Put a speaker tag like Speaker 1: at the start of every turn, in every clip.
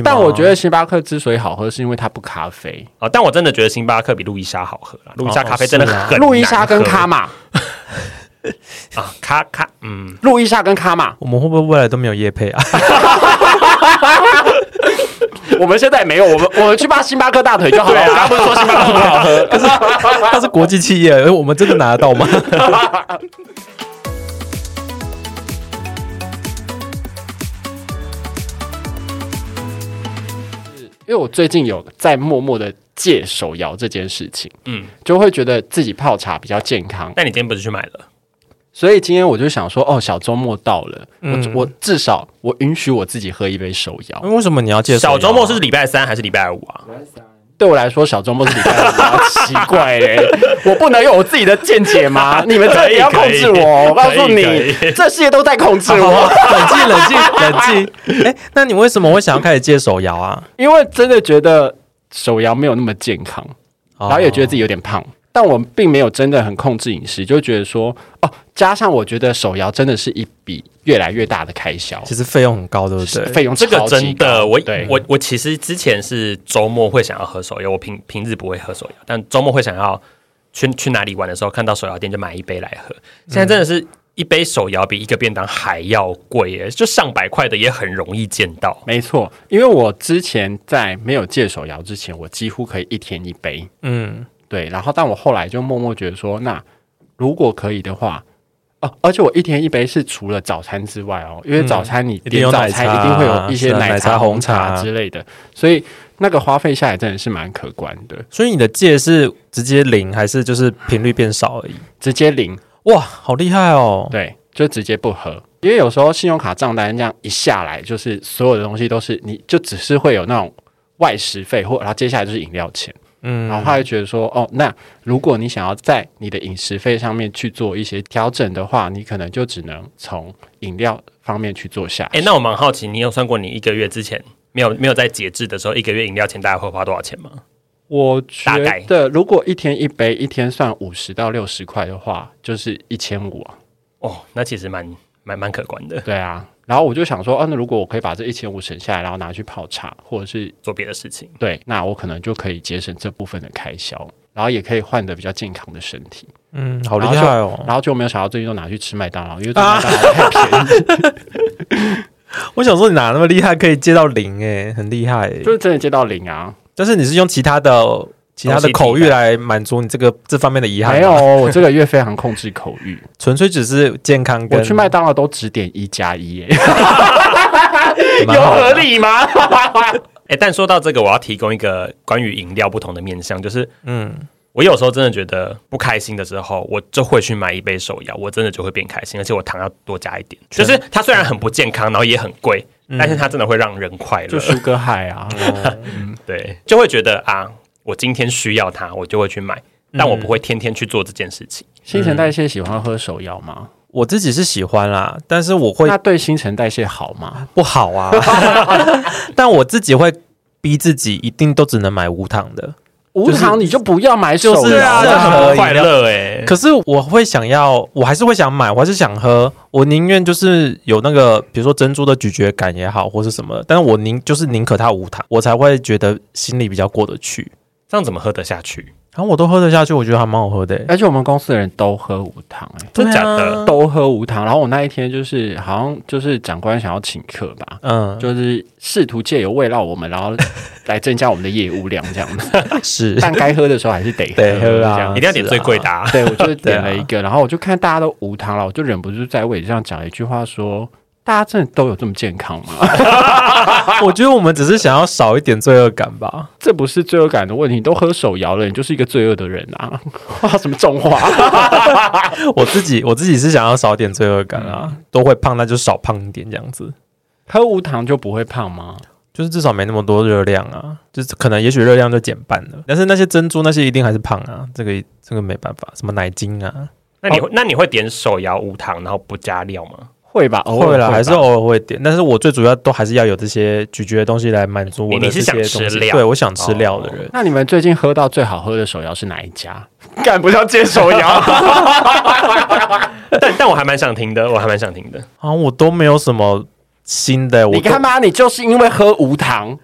Speaker 1: 但我觉得星巴克之所以好喝，是因为它不咖啡。
Speaker 2: 啊，但我真的觉得星巴克比路易莎好喝啦，路易莎
Speaker 1: 哦
Speaker 2: 咖啡真的
Speaker 1: 是啊
Speaker 2: 很
Speaker 1: 路易莎
Speaker 2: 难
Speaker 1: 跟
Speaker 2: 喝
Speaker 1: 卡玛，
Speaker 2: 啊，咖咖，嗯，
Speaker 1: 路易莎跟卡玛，
Speaker 3: 我们会不会未来都没有夜 配啊？
Speaker 1: 我们现在没有，我们我 们去扒星巴克大腿就好
Speaker 2: 对
Speaker 1: 了。
Speaker 2: 啊，他不是说星巴克很好喝，
Speaker 3: 它是国际企业，呃我们真的拿得到吗？
Speaker 1: 因为我最近有在默默的戒手摇这件事情，
Speaker 2: 嗯，
Speaker 1: 就会觉得自己泡茶比较健康，
Speaker 2: 但你今天不是去买了？
Speaker 1: 所以今天我就想说，哦，小周末到了，
Speaker 3: 嗯
Speaker 1: 我我至少我允许我自己喝一杯手摇。
Speaker 3: 为什么你要介绍？
Speaker 2: 小周末
Speaker 1: 哦
Speaker 2: 是礼拜三还是礼拜五啊？
Speaker 1: 嗯对我来说，小周末是 礼拜五，好奇怪嘞、我不能有我自己的见解吗？你们这也要控制
Speaker 2: 可以
Speaker 1: 我？我告诉
Speaker 2: 可以哦
Speaker 1: 你
Speaker 2: 可，
Speaker 1: 这世界都在控制
Speaker 3: 好
Speaker 1: 我，
Speaker 3: 冷静，冷静，冷 静。哎、那你为什么会想要开始戒手摇啊？
Speaker 1: 因为真的觉得手摇没有那么健康。
Speaker 2: 哦
Speaker 1: 然后也觉得自己有点胖，但我并没有真的很控制饮食，就觉得说哦，加上我觉得手摇真的是一笔越来越大的开销
Speaker 3: 哦，其实费用很高，对不对？
Speaker 1: 费用
Speaker 2: 这个
Speaker 1: 超级
Speaker 2: 真的，
Speaker 1: 高
Speaker 2: 我
Speaker 1: 对
Speaker 2: 我我其实之前是周末会想要喝手摇，我平平日不会喝手摇，但周末会想要去去哪里玩的时候，看到手摇店就买一杯来喝。现在真的是一杯手摇比一个便当还要贵耶，就上百块的也很容易见到。
Speaker 1: 没错，因为我之前在没有戒手摇之前，我几乎可以一天一杯，
Speaker 3: 嗯，
Speaker 1: 对，然后但我后来就默默觉得说，那如果可以的话。哦，而且我一天一杯是除了早餐之外哦，因为早餐你
Speaker 3: 嗯一定有
Speaker 1: 点早餐
Speaker 3: 奶茶
Speaker 1: 一定会有一些
Speaker 3: 是啊
Speaker 1: 奶
Speaker 3: 奶
Speaker 1: 茶、
Speaker 3: 茶
Speaker 1: 红
Speaker 3: 红茶
Speaker 1: 茶之类的，所以那个花费下来真的是蛮可观的，
Speaker 3: 所以你的戒是直接零，还是就是频率变少而已？
Speaker 1: 直接零。
Speaker 3: 哇，好厉害哦！
Speaker 1: 对，就直接不合。因为有时候信用卡账单这样一下来，就是所有的东西都是，你就只是会有那种外食费，或然后接下来就是饮料钱，
Speaker 3: 嗯
Speaker 1: 然后他会觉得说，哦，那如果你想要在你的饮食费上面去做一些调整的话，你可能就只能从饮料方面去做下。
Speaker 2: 哎、那我蛮好奇，你有算过你一个月之前没有没有在节制的时候，一个月饮料钱大概会花多少钱吗？
Speaker 1: 我
Speaker 2: 大
Speaker 1: 觉
Speaker 2: 概
Speaker 1: 得如果一天一杯，一天算五十到六十块的话，就是一千五啊。
Speaker 2: 哦，那其实蛮蛮蛮可观的，
Speaker 1: 对啊，然后我就想说，哦，那如果我可以把这一千五省下来，然后拿去泡茶，或者是
Speaker 2: 做别的事情。
Speaker 1: 对，那我可能就可以节省这部分的开销，然后也可以换得比较健康的身体。
Speaker 3: 嗯，好厉害哦！啊
Speaker 1: 然后就没有想到最近都拿去吃麦当劳，因为这麦当劳太便 宜，
Speaker 3: 我想说你哪那么厉害，可以戒到零哎，很厉害哎。
Speaker 1: 就是真的接到零啊。
Speaker 3: 但是你是用其他的其他的口语来满足你这个这方面的遗憾吗，啊
Speaker 1: 没有，哦我这个月非常控制口 语，
Speaker 3: 纯粹只是健康跟
Speaker 1: 我去麦当劳都只点一加一耶，
Speaker 3: 蛮好的
Speaker 1: 理吗？
Speaker 2: 哎、但说到这个，我要提供一个关于饮料不同的面向，就是
Speaker 3: 嗯，
Speaker 2: 我有时候真的觉得不开心的时候，我就会去买一杯手摇，我真的就会变开心，而且我糖要多加一点。就是它虽然很不健康，然后也很贵，
Speaker 3: 嗯
Speaker 2: 但是它真的会让人快 乐。
Speaker 1: 就苏哥海啊，
Speaker 2: 对，就会觉得啊，我今天需要它，我就会去买，
Speaker 3: 嗯
Speaker 2: 但我不会天天去做这件事情。
Speaker 1: 新陈代谢喜欢喝手摇吗？
Speaker 3: 我自己是喜欢啦，但是我会
Speaker 1: 那对新陈代谢好吗？
Speaker 3: 不好 啊， 但我自己会逼自己一定都只能买无糖的，
Speaker 1: 无糖你就不要买手
Speaker 3: 就是
Speaker 1: 摇
Speaker 3: 啊
Speaker 2: 这
Speaker 3: 就是
Speaker 1: 啊，
Speaker 2: 很不快乐哎、
Speaker 3: 可是我会想要，我还是会想买，我还是想喝，我宁愿就是有那个，比如说珍珠的咀嚼感也好，或是什么的，但是我宁就是宁可它无糖，我才会觉得心里比较过得去。
Speaker 2: 这样怎么喝得下去？
Speaker 3: 然后我都喝得下去，我觉得还蛮好喝的、欸。
Speaker 1: 而且我们公司的人都喝无糖哎。
Speaker 2: 真的假
Speaker 3: 对
Speaker 2: 的？
Speaker 3: 啊
Speaker 1: 都喝无糖，然后我那一天就是好像就是长官想要请客吧，
Speaker 3: 嗯，
Speaker 1: 就是试图借由慰劳我们，然后来增加我们的业务量这样子。
Speaker 3: 是，
Speaker 1: 但该喝的时候还 是得喝，
Speaker 3: 得喝啊
Speaker 1: 这样
Speaker 2: 一定要点最贵的、啊。
Speaker 1: 对，我就
Speaker 3: 对
Speaker 1: 点
Speaker 3: 啊
Speaker 1: 了一个，然后我就看大家都无糖了，我就忍不住在位置上讲了一句话说。大家真的都有这么健康吗？
Speaker 3: 我觉得我们只是想要少一点罪恶感吧。
Speaker 1: 这不是罪恶感的问题，你都喝手摇了，你就是一个罪恶的人啊！ 哇，什么重话？
Speaker 3: 我自己我自己是想要少一点罪恶感啊，
Speaker 2: 嗯
Speaker 3: 都会胖那就少胖一点这样子。
Speaker 1: 喝无糖就不会胖吗？
Speaker 3: 就是至少没那么多热量啊，就是可能也许热量就减半了，但是那些珍珠那些一定还是胖啊，这个这个没办法，什么奶精啊，
Speaker 2: 那
Speaker 1: 哦
Speaker 2: 你会那你会点手摇无糖，然后不加料吗？
Speaker 1: 会吧，偶尔
Speaker 3: 会啦，
Speaker 1: 吧
Speaker 3: 还是偶尔会点，但是我最主要都还是要有这些咀嚼的东西来满足我
Speaker 2: 你
Speaker 3: 的
Speaker 2: 你是
Speaker 3: 这些东西
Speaker 2: 想吃料
Speaker 3: 对我想吃料的人，
Speaker 1: 那你们最近喝到最好喝的手摇是哪一家？干不要接手摇，
Speaker 2: 但但我还蛮想听的，我还蛮想听的。
Speaker 3: 啊，我都没有什么新的，我
Speaker 1: 哦你
Speaker 3: 都
Speaker 1: 看嘛，你就是因为喝无糖，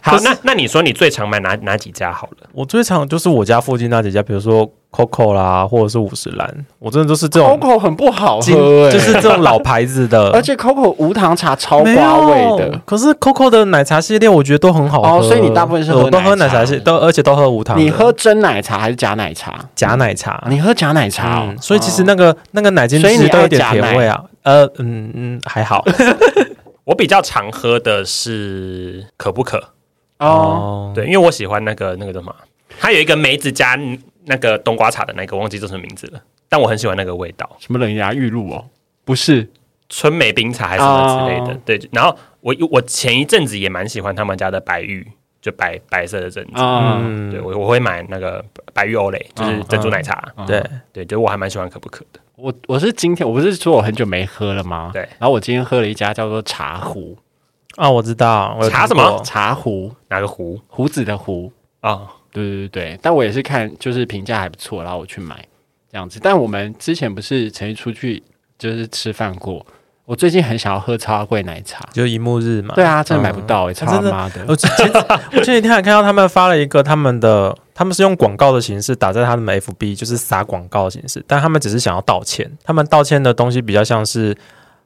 Speaker 2: 好，那那你说你最常买哪哪几家好了？
Speaker 3: 我最常就是我家附近那几家，比如说 Coco 啦，或者是五十兰，我真的都是这种
Speaker 1: Coco 很不好
Speaker 3: 金，
Speaker 1: 喝、欸，
Speaker 3: 就是这种老牌 子的，
Speaker 1: 而且 Coco 无糖茶超
Speaker 3: 没
Speaker 1: 刮
Speaker 3: 有。
Speaker 1: 味的。
Speaker 3: 可是 Coco 的奶茶系列，我觉得都很好喝。
Speaker 1: 哦所以你大部分是喝
Speaker 3: 我都喝
Speaker 1: 奶
Speaker 3: 奶
Speaker 1: 茶
Speaker 3: 茶系，都而且都喝无糖的。
Speaker 1: 你喝真奶茶还是假奶茶？
Speaker 3: 假奶茶
Speaker 1: 啊，你喝假奶茶、哦
Speaker 3: 嗯，所以其实那个那个奶精
Speaker 1: 所以
Speaker 3: 其
Speaker 1: 你
Speaker 3: 实都有
Speaker 1: 爱
Speaker 3: 点
Speaker 1: 假奶
Speaker 3: 甜味啊。呃，嗯嗯，还好。
Speaker 2: 我比较常喝的是可不可，
Speaker 1: 哦，
Speaker 2: 对，因为我喜欢那个那个叫什么，啊它有一个梅子加那个冬瓜茶的那个，我忘记叫什么名字了，但我很喜欢那个味道，
Speaker 1: 什么冷牙玉露哦？不是，
Speaker 2: 春梅冰茶还是什么之类的。
Speaker 1: 哦
Speaker 2: 对，然后我我前一阵子也蛮喜欢他们家的白玉，就白白色的珍珠。
Speaker 1: 啊、
Speaker 3: 嗯，
Speaker 2: 对，我我会买那个白玉欧蕾，就是珍珠奶茶。
Speaker 1: 哦
Speaker 3: 对，
Speaker 2: 对，就我还蛮喜欢可不可的。
Speaker 1: 我我是今天我不是说我很久没喝了吗？
Speaker 2: 对
Speaker 1: 然后我今天喝了一家叫做茶壶，
Speaker 3: 啊，我知道。我有
Speaker 2: 茶
Speaker 3: 听
Speaker 2: 什么
Speaker 3: 过
Speaker 1: 茶壶
Speaker 2: 哪个壶
Speaker 1: 胡子的胡，
Speaker 2: 啊、
Speaker 1: 对对对对，但我也是看就是评价还不错，然后我去买这样子。但我们之前不是曾经出去就是吃饭过，我最近很想要喝超贵奶茶。
Speaker 3: 就一幕日嘛。
Speaker 1: 对啊，真的买
Speaker 3: 嗯
Speaker 1: 不到哎、超
Speaker 3: 啊
Speaker 1: 他
Speaker 3: 真的
Speaker 1: 妈的！
Speaker 3: 我前我前几天还看到他们发了一个他们的，他们是用广告的形式打在他们 FB，就是撒广告的形式，但他们只是想要道歉，他们道歉的东西比较像是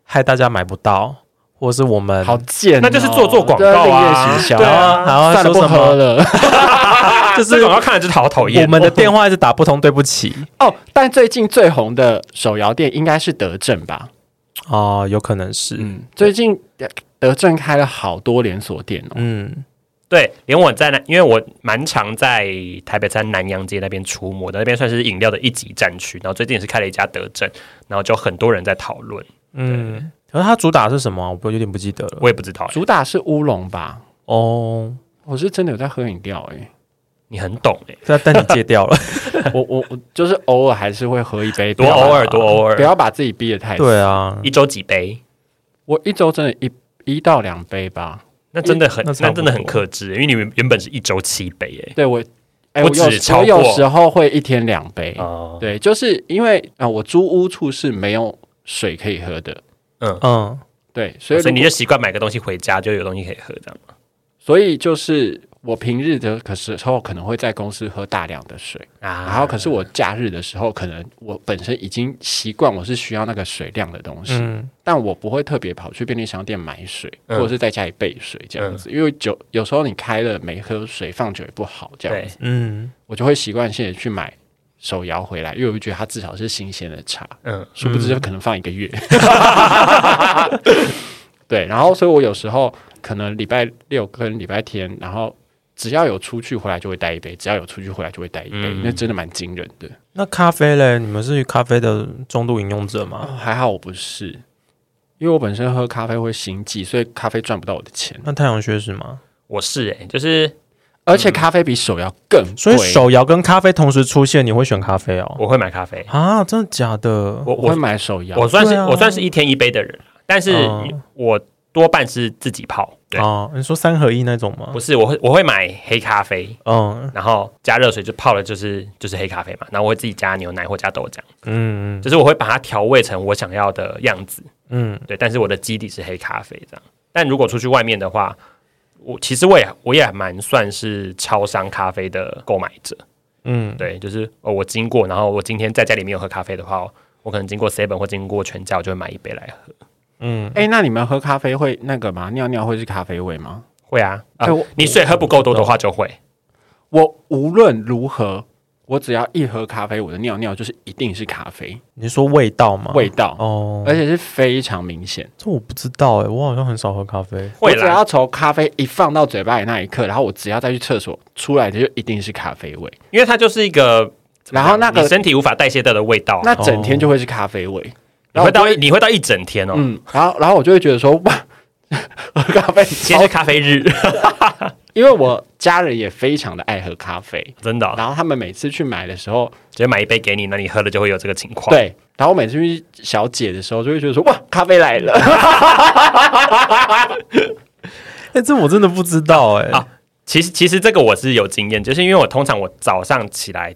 Speaker 3: 害大家买不到，或者是我们
Speaker 1: 好贱哦、
Speaker 2: 那就是做做广告啊
Speaker 1: 对订阅行销
Speaker 2: 对啊
Speaker 3: 然后
Speaker 1: 算了，
Speaker 3: 说
Speaker 1: 不
Speaker 3: 什
Speaker 1: 喝
Speaker 3: 么，
Speaker 1: 了。
Speaker 3: 就是
Speaker 2: 这种要看了就好讨厌。
Speaker 3: 我们的电话一直打不通，对不起
Speaker 1: 哦，但最近最红的手摇店应该是德政吧？
Speaker 3: 哦，有可能是，
Speaker 1: 嗯，最近德德政开了好多连锁店哦。
Speaker 3: 嗯，
Speaker 2: 对，连我在那，因为我蛮常在台北在南洋街那边出没的，那边算是饮料的一级战区。然后最近也是开了一家德政，然后就很多人在讨论，
Speaker 3: 嗯，可是它主打是什么啊？我不有点不记得了。
Speaker 2: 我也不知道、欸
Speaker 1: 主打是乌龙吧？
Speaker 3: 哦，
Speaker 1: 我是真的有在喝饮料哎、
Speaker 2: 你很懂哎、
Speaker 3: 但但你戒 掉了，
Speaker 1: 我我我就是偶尔还是会喝一杯，
Speaker 2: 多
Speaker 1: 不要把
Speaker 2: 偶尔多偶尔
Speaker 1: 不要把自己逼得太死。
Speaker 3: 对啊，
Speaker 2: 一周几杯，
Speaker 1: 我一周真的一一到两杯吧。
Speaker 2: 那真的很
Speaker 3: 那
Speaker 2: 那
Speaker 3: 差不多
Speaker 2: 真的很克制、因为你们原本是一周七杯欸耶、
Speaker 1: 对我，哎、
Speaker 2: 不
Speaker 1: 我有
Speaker 2: 止超
Speaker 1: 我有
Speaker 2: 过
Speaker 1: 时候会一天两杯。
Speaker 2: 哦，
Speaker 1: 对，就是因为啊、呃我租屋处是没有水可以喝的，
Speaker 3: 嗯，
Speaker 1: 对，所以
Speaker 2: 哦所
Speaker 1: 如
Speaker 2: 以你
Speaker 1: 果
Speaker 2: 就习惯买个东西回家就有东西可以喝，这样吗
Speaker 1: 所以就是我平日的可时候可能会在公司喝大量的水，
Speaker 2: 啊
Speaker 1: 然后可是我假日的时候，可能我本身已经习惯我是需要那个水量的东西，
Speaker 3: 嗯
Speaker 1: 但我不会特别跑去便利商店买水，
Speaker 2: 嗯
Speaker 1: 或者是在家里备水这样子，因为酒有时候你开了没喝水，放久也不好这样
Speaker 2: 对
Speaker 1: 子，
Speaker 3: 嗯，
Speaker 1: 我就会习惯性的去买。手摇回来，因为我就觉得它至少是新鲜的茶，
Speaker 2: 嗯
Speaker 1: 殊不知就可能放一个月。 对，然后所以我有时候可能礼拜六跟礼拜天，然后只要有出去回来就会带一杯，只要有出去回来就会带一杯，
Speaker 2: 嗯
Speaker 1: 那真的蛮惊人的。
Speaker 3: 那咖啡嘞？你们是咖啡的中度饮用者吗？
Speaker 1: 哦还好我不是，因为我本身喝咖啡会心悸，所以咖啡赚不到我的钱，
Speaker 3: 那太阳穴是吗？
Speaker 2: 我是哎、就是
Speaker 1: 而且咖啡比手摇更贵。
Speaker 3: 所以手摇跟咖啡同时出现，你会选咖啡哦？
Speaker 2: 我会买咖啡，
Speaker 3: 啊，真的假的？
Speaker 2: 我
Speaker 1: 我会
Speaker 2: 我
Speaker 1: 买手摇，
Speaker 2: 我算是、
Speaker 3: 对啊
Speaker 2: 我算是一天一杯的人，但是
Speaker 3: 嗯
Speaker 2: 我多半是自己泡，对，
Speaker 3: 哦，你说三合一那种吗
Speaker 2: 不？是，我会我会买黑咖啡，
Speaker 3: 嗯
Speaker 2: 然后加热水就泡了，就是就是黑咖啡嘛。然后我会自己加牛奶或加豆浆，
Speaker 3: 嗯
Speaker 2: 就是我会把它调味成我想要的样子。
Speaker 3: 嗯
Speaker 2: 对，但是我的基底是黑咖啡这样。但如果出去外面的话，我其实我也我也蛮算是超商咖啡的购买者。
Speaker 3: 嗯，
Speaker 2: 对，就是哦，我经过，然后我今天在家里没有喝咖啡的话，我可能经过 Seven 或经过全家，我就会买一杯来喝。
Speaker 1: 哎、那你们喝咖啡会那个吗？尿尿会是咖啡味吗？
Speaker 2: 会啊，啊
Speaker 1: 哎我
Speaker 2: 你水喝不够多的话就会。
Speaker 1: 我无论如何，我只要一喝咖啡，我的尿尿就是一定是咖啡
Speaker 3: 你说味道吗？
Speaker 1: 味道，哎
Speaker 3: 哦，
Speaker 1: 而且是非常明显。
Speaker 3: 这我不知道哎，我好像很少喝咖啡。
Speaker 2: 会
Speaker 1: 我只
Speaker 2: 啦，
Speaker 1: 要从咖啡一放到嘴巴里那一刻，然后我只要再去厕所出来的就一定是咖啡味，
Speaker 2: 因为它就是一个，怎么
Speaker 1: 然后
Speaker 2: 讲
Speaker 1: 那个
Speaker 2: 你身体无法代谢掉的味道啊、
Speaker 1: 那整天就会是咖啡味。
Speaker 2: 你
Speaker 1: 然后
Speaker 2: 会
Speaker 1: 我
Speaker 2: 到你会到一整天哦，
Speaker 1: 嗯，然后然后我就会觉得说哇， 喝咖啡
Speaker 2: 今天
Speaker 1: 超
Speaker 2: 是，咖啡日，
Speaker 1: 因为我家人也非常的爱喝咖啡，
Speaker 2: 真的哦、
Speaker 1: 然后他们每次去买的时候，
Speaker 2: 直接买一杯给你，那你喝了就会有这个情况。，
Speaker 1: 对，然后每次去小姐的时候，就会觉得说哇，咖啡来 了，
Speaker 3: 哎，这我真的不知道哎。
Speaker 2: 啊其实其实这个我是有经验，就是因为我通常我早上起来，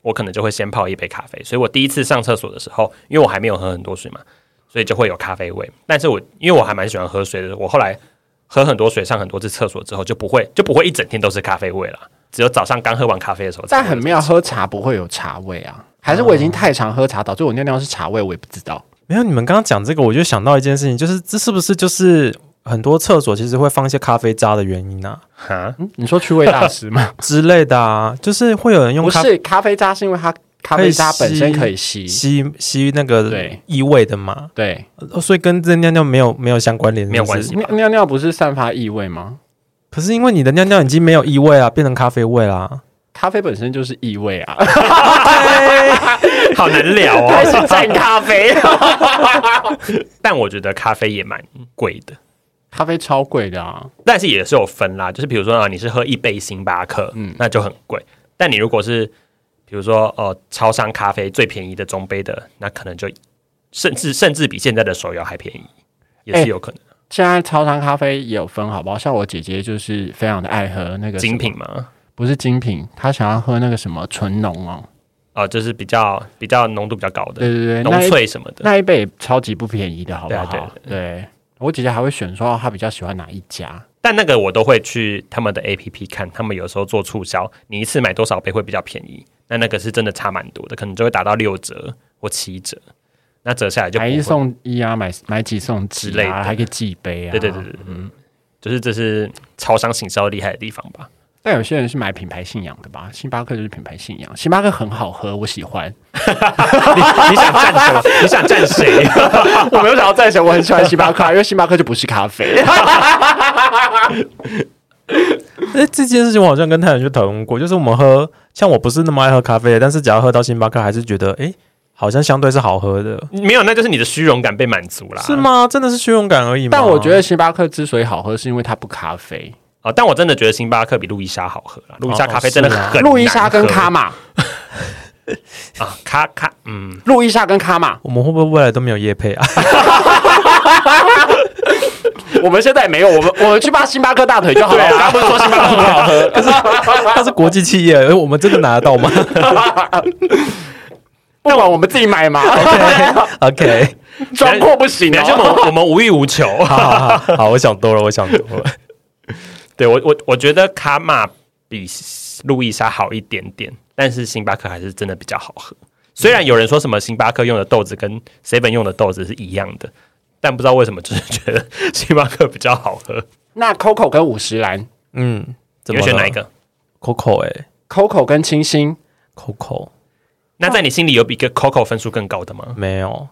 Speaker 2: 我可能就会先泡一杯咖啡，所以我第一次上厕所的时候，因为我还没有喝很多水嘛，所以就会有咖啡味。但是我因为我还蛮喜欢喝水的，我后来喝很多水、上很多次厕所之后，就不会就不会一整天都是咖啡味了。只有早上刚喝完咖啡的时候才
Speaker 1: 但
Speaker 2: 会，
Speaker 1: 很妙，喝茶不会有茶味啊？还是我已经太常喝茶，导致我尿尿是茶味，我也不知道。
Speaker 3: 没有，你们刚刚讲这个，我就想到一件事情，就是这是不是就是很多厕所其实会放一些咖啡渣的原因啊
Speaker 2: 哈
Speaker 1: 嗯，你说趣味大师吗？
Speaker 3: 之类的啊？就是会有人用
Speaker 1: 不
Speaker 3: 咖
Speaker 1: 是，咖啡渣是因为它咖啡渣本身可以吸，
Speaker 3: 吸吸那个
Speaker 1: 对
Speaker 3: 异味的嘛，
Speaker 1: 对，
Speaker 3: 呃所以跟这尿尿没有没有相关联，
Speaker 2: 没有
Speaker 3: 是不是
Speaker 2: 关系
Speaker 1: 尿尿尿不是散发异味吗？
Speaker 3: 可是因为你的尿尿已经没有异味啊，变成咖啡味 啦。
Speaker 1: 咖啡本身就是异味啊，
Speaker 2: 好难聊哦。
Speaker 1: 是蘸咖啡，
Speaker 2: 但我觉得咖啡也蛮贵的，
Speaker 1: 咖啡超贵的啊，
Speaker 2: 但是也是有分啦。就是比如说啊，你是喝一杯星巴克，嗯，那就很贵。但你如果是比如说呃，超商咖啡最便宜的中杯的，那可能就甚至甚至比现在的手摇还便宜，也
Speaker 1: 哎
Speaker 2: 是有可能。
Speaker 1: 现在超商咖啡也有分，好不好？像我姐姐就是非常的爱喝那个什么
Speaker 2: 精，品嘛，
Speaker 1: 不是精品，她想要喝那个什么纯浓哦，
Speaker 2: 啊、就是比较比较浓度比较高
Speaker 1: 对
Speaker 2: 的
Speaker 1: 对对，
Speaker 2: 浓
Speaker 1: 那一
Speaker 2: 萃什么的。
Speaker 1: 那一杯也超级不便宜的，好不好？
Speaker 2: 对啊
Speaker 1: 对我姐姐还会选说哦她比较喜欢哪一家，
Speaker 2: 但那个我都会去他们的 A P P 看，他们有时候做促销，你一次买多少杯会比较便宜。那那个是真的差蛮多的，可能就会打到六折或七折，那折下来就不
Speaker 1: 买
Speaker 2: 会
Speaker 1: 一送一啊，买买几送几
Speaker 2: 之类
Speaker 1: 啊，
Speaker 2: 的
Speaker 1: 还可以寄杯啊。
Speaker 2: 对对对对，对，嗯，就是这是超商行销厉害的地方 吧？
Speaker 1: 但有些人是买品牌信仰的吧？星巴克就是品牌信仰，星巴克很好喝，我喜欢。
Speaker 2: 你想站什么？你想站谁？
Speaker 1: 我没有想要再想，我很喜欢星巴克 哦啊，因为星巴克就不是咖 啡。
Speaker 3: 哎，这件事情我好像跟太阳就讨论过，就是我们喝，像我不是那么爱喝咖啡的，但是只要喝到星巴克，还是觉得哎，好像相对是好喝的，啊
Speaker 2: 没有，那就是你的虚荣感被满足啦。
Speaker 3: 是？吗？真的是虚荣感而已吗？
Speaker 1: 但我觉得星巴克之所以好喝，是因为它不咖啡。
Speaker 2: 啊、但我真的觉得星巴克比路易莎好喝啦。路易莎
Speaker 3: 哦
Speaker 2: 咖啡真的很难喝、
Speaker 1: 路易莎跟卡
Speaker 2: 啊
Speaker 1: 玛，
Speaker 2: 卡卡，嗯，
Speaker 1: 路易莎跟卡玛，
Speaker 3: 我们会不会未来都没有夜 配啊？
Speaker 1: 我们现在没有，我们我们去扒星巴克大腿就好了。 刚刚不是说星巴克不好喝？
Speaker 3: 它是国际企业，哎我们真的拿得到吗
Speaker 1: 不管我们自己买 嘛，
Speaker 3: ？OK，
Speaker 1: 装阔不行
Speaker 2: 你看，就我
Speaker 1: 哦。
Speaker 2: 们我们无欲无求。
Speaker 3: 好好好，好，我想多了，我想多了。
Speaker 2: 对我我我觉得卡玛比路易莎好一点点，但是星巴克还是真的比较好喝。虽然有人说什么星巴克用的豆子跟 Seven 用的豆子是一样的，但不知道为什么就是觉得星巴克比较好喝。
Speaker 1: 那 Coco 跟五十岚
Speaker 3: 嗯，
Speaker 2: 你
Speaker 3: 怎么
Speaker 2: 会
Speaker 3: 了
Speaker 2: 选哪一个？
Speaker 3: ？Coco 哎
Speaker 1: ，Coco 跟清新，
Speaker 3: ，Coco
Speaker 2: 那在你心里有比
Speaker 3: 哦
Speaker 2: 跟 Coco 分数更高的吗
Speaker 3: 没有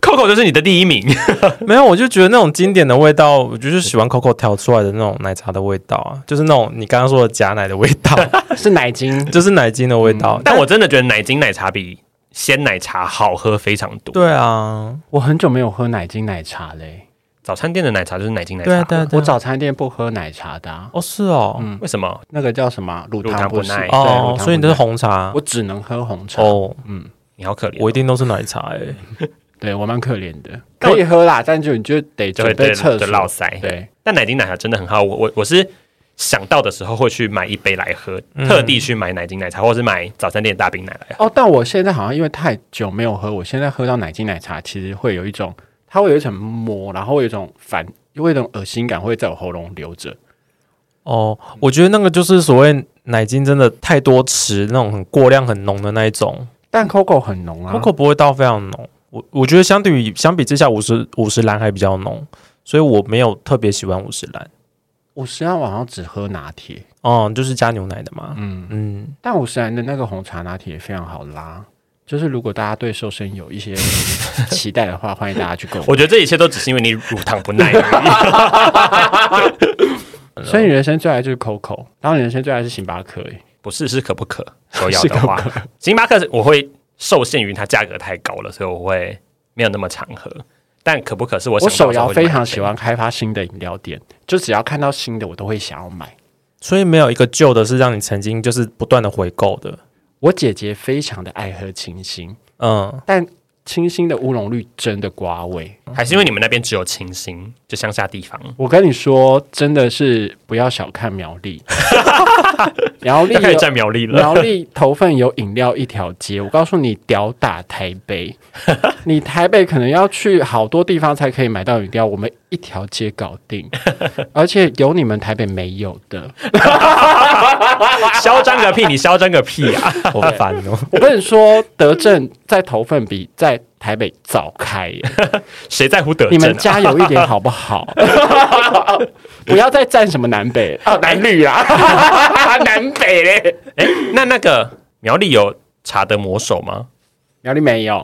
Speaker 2: ？Coco 就是你的第一 名，
Speaker 3: 没有，我就觉得那种经典的味道，我就是喜欢 Coco 调出来的那种奶茶的味道啊，就是那种你刚刚说的假奶的味道，
Speaker 1: 是奶精。
Speaker 3: 就是奶精的味
Speaker 1: 嗯
Speaker 3: 道。
Speaker 2: 但我真的觉得奶精奶茶比鲜奶茶好喝非常多。
Speaker 3: 对啊，
Speaker 1: 我很久没有喝奶精奶茶嘞，
Speaker 2: 早餐店的奶茶就是奶精奶茶，
Speaker 3: 对啊，对啊，对
Speaker 1: 我
Speaker 3: 啊。
Speaker 1: 早餐店不喝奶茶的啊、
Speaker 3: 哦，是哦，
Speaker 2: 为什么？
Speaker 1: 那个叫什么乳
Speaker 2: 乳糖
Speaker 1: 不
Speaker 2: 不
Speaker 1: 是对
Speaker 2: 耐
Speaker 1: 乳
Speaker 3: 哦
Speaker 1: 糖，不
Speaker 3: 所以你都是
Speaker 1: 耐
Speaker 3: 红茶
Speaker 1: 我只能喝红茶。嗯
Speaker 3: 哦，
Speaker 2: 你好可怜哦、
Speaker 3: 我一定都是奶茶哎、
Speaker 1: 对我蛮可怜的，
Speaker 2: 但我
Speaker 1: 可以喝啦，但就你就得
Speaker 2: 就
Speaker 1: 准
Speaker 2: 会
Speaker 1: 备
Speaker 2: 对
Speaker 1: 厕所
Speaker 2: 就落塞。
Speaker 1: 对，
Speaker 2: 但奶精奶茶真的很好，我我我是想到的时候会去买一杯来喝，
Speaker 1: 嗯
Speaker 2: 特地去买奶精奶茶，或者是买早餐店的大冰奶来喝。
Speaker 1: 哦，但我现在好像因为太久没有喝，我现在喝到奶精奶茶，其实会有一种，它会有一层膜，然后会有一种反，会有一种恶心感，会在我喉咙留着。
Speaker 3: 哦，我觉得那个就是所谓奶精真的太多匙，那种很过量、很浓的那一种。
Speaker 1: 但 Coco 很浓啊
Speaker 3: Coco 不会到非常浓，我我觉得相对于相比之下，五十五十兰还比较浓，所以我没有特别喜欢五十兰。
Speaker 1: 我实际上我好像只喝拿铁，
Speaker 3: 嗯，就是加牛奶的嘛。嗯嗯，
Speaker 1: 但我实然的那个红茶拿铁也非常好拉。就是如果大家对瘦身有一些期待的话，欢 迎大家去购
Speaker 2: 我
Speaker 1: 买。
Speaker 2: 觉得这一切都只是因为你乳糖不耐而已。
Speaker 1: 所以你人生最爱就是 Coco，然后你人生最爱是星巴克、欸。
Speaker 2: 不是是可不可手摇的话，星巴克是我会受限于它价格太高了，所以我会没有那么常喝。但可不可是我
Speaker 1: 我
Speaker 2: 想
Speaker 1: 手
Speaker 2: 到的时候
Speaker 1: 摇
Speaker 2: 会买
Speaker 1: 非
Speaker 2: 一
Speaker 1: 常
Speaker 2: 杯
Speaker 1: 喜，欢开发新的饮料店，就只要看到新的，我都会想要买。
Speaker 3: 所以没有一个旧的是让你曾经就是不断的回购的。
Speaker 1: 我姐姐非常的爱喝清新，
Speaker 3: 嗯，
Speaker 1: 但清新的乌龙绿真的刮味。
Speaker 2: 还是因为你们那边只有清新，就乡下地方
Speaker 1: 我跟你说，真的是不要小看苗栗， 苗栗
Speaker 2: 要开始
Speaker 1: 有
Speaker 2: 占苗栗 了。
Speaker 1: 苗栗头份有饮料一条街，我告诉你，屌 打台北，你台北可能要去好多地方才可以买到饮料，我们一条街搞定，而且有你们台北没有的。
Speaker 2: 嚣张个屁！你嚣张个屁啊！
Speaker 3: 好烦 哦。
Speaker 1: 我跟你说，德政在投份比在台北早开 耶，
Speaker 2: 谁在乎德
Speaker 1: 你
Speaker 2: 政
Speaker 1: 们
Speaker 2: 啊？
Speaker 1: 加油一点好不 好？不要再占什么南北哦，南绿 啦，南北嘞，
Speaker 2: 哎，那那个苗栗有茶的魔手吗？
Speaker 1: 苗栗没有，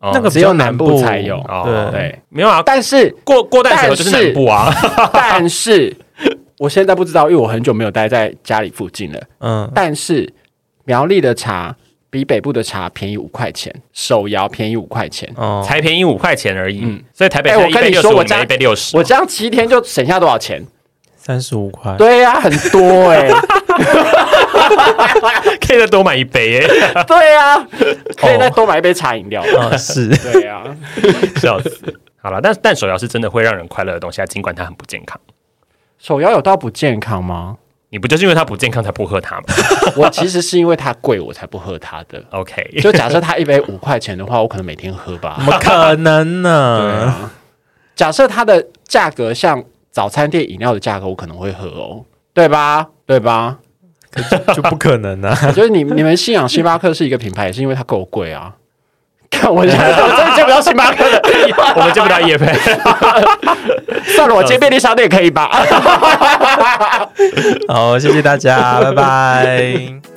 Speaker 2: 哦
Speaker 3: 那个比
Speaker 1: 只有
Speaker 3: 较
Speaker 1: 南部才有
Speaker 2: 哦
Speaker 3: 对，
Speaker 1: 对，
Speaker 2: 没有啊，
Speaker 1: 但是
Speaker 2: 过过淡水河就是南部啊。
Speaker 1: 但是我现在不知道，因为我很久没有待在家里附近了。
Speaker 3: 嗯，
Speaker 1: 但是苗栗的茶比北部的茶便宜五块钱，手摇便宜五块钱。
Speaker 3: 哦，
Speaker 2: 才便宜五块钱而已。
Speaker 1: 嗯
Speaker 2: 所以台北
Speaker 1: 哎
Speaker 2: 现在
Speaker 1: 我
Speaker 2: 一
Speaker 1: 跟
Speaker 2: 杯
Speaker 1: 你
Speaker 2: 六十
Speaker 1: 说
Speaker 2: 五，
Speaker 1: 我
Speaker 2: 你
Speaker 1: 家
Speaker 2: 们一杯六十。
Speaker 1: 我这样七天就省下多少钱？
Speaker 3: 三十五块，
Speaker 1: 对呀、很多 哎、
Speaker 2: 可以再多买一杯哎耶，
Speaker 1: 对呀、可以再多买一杯茶饮料。
Speaker 3: 啊，是
Speaker 1: 对呀、
Speaker 2: 笑死。好了，但但手摇是真的会让人快乐的东西啊，尽管它很不健康。
Speaker 1: 手摇有到不健康吗？
Speaker 2: 你不就是因为它不健康才不喝它吗
Speaker 1: 我其实是因为它贵，我才不喝它的。
Speaker 2: ？OK，
Speaker 1: 就假设它一杯五块钱的话，我可能每天喝吧
Speaker 3: 怎。么可能
Speaker 1: 对
Speaker 3: 呢？
Speaker 1: 啊，假设它的价格像早餐店饮料的价格，我可能会喝哦，对吧？对吧？
Speaker 3: 就不可能啊！
Speaker 1: 就是你你们信仰星巴克是一个品牌，也是因为它够贵啊。 看我现在我真的接不到星巴克的，
Speaker 2: 我们接不到叶配。
Speaker 1: 算了，我接便利商店可以吧？
Speaker 3: 好，谢谢大家，拜拜。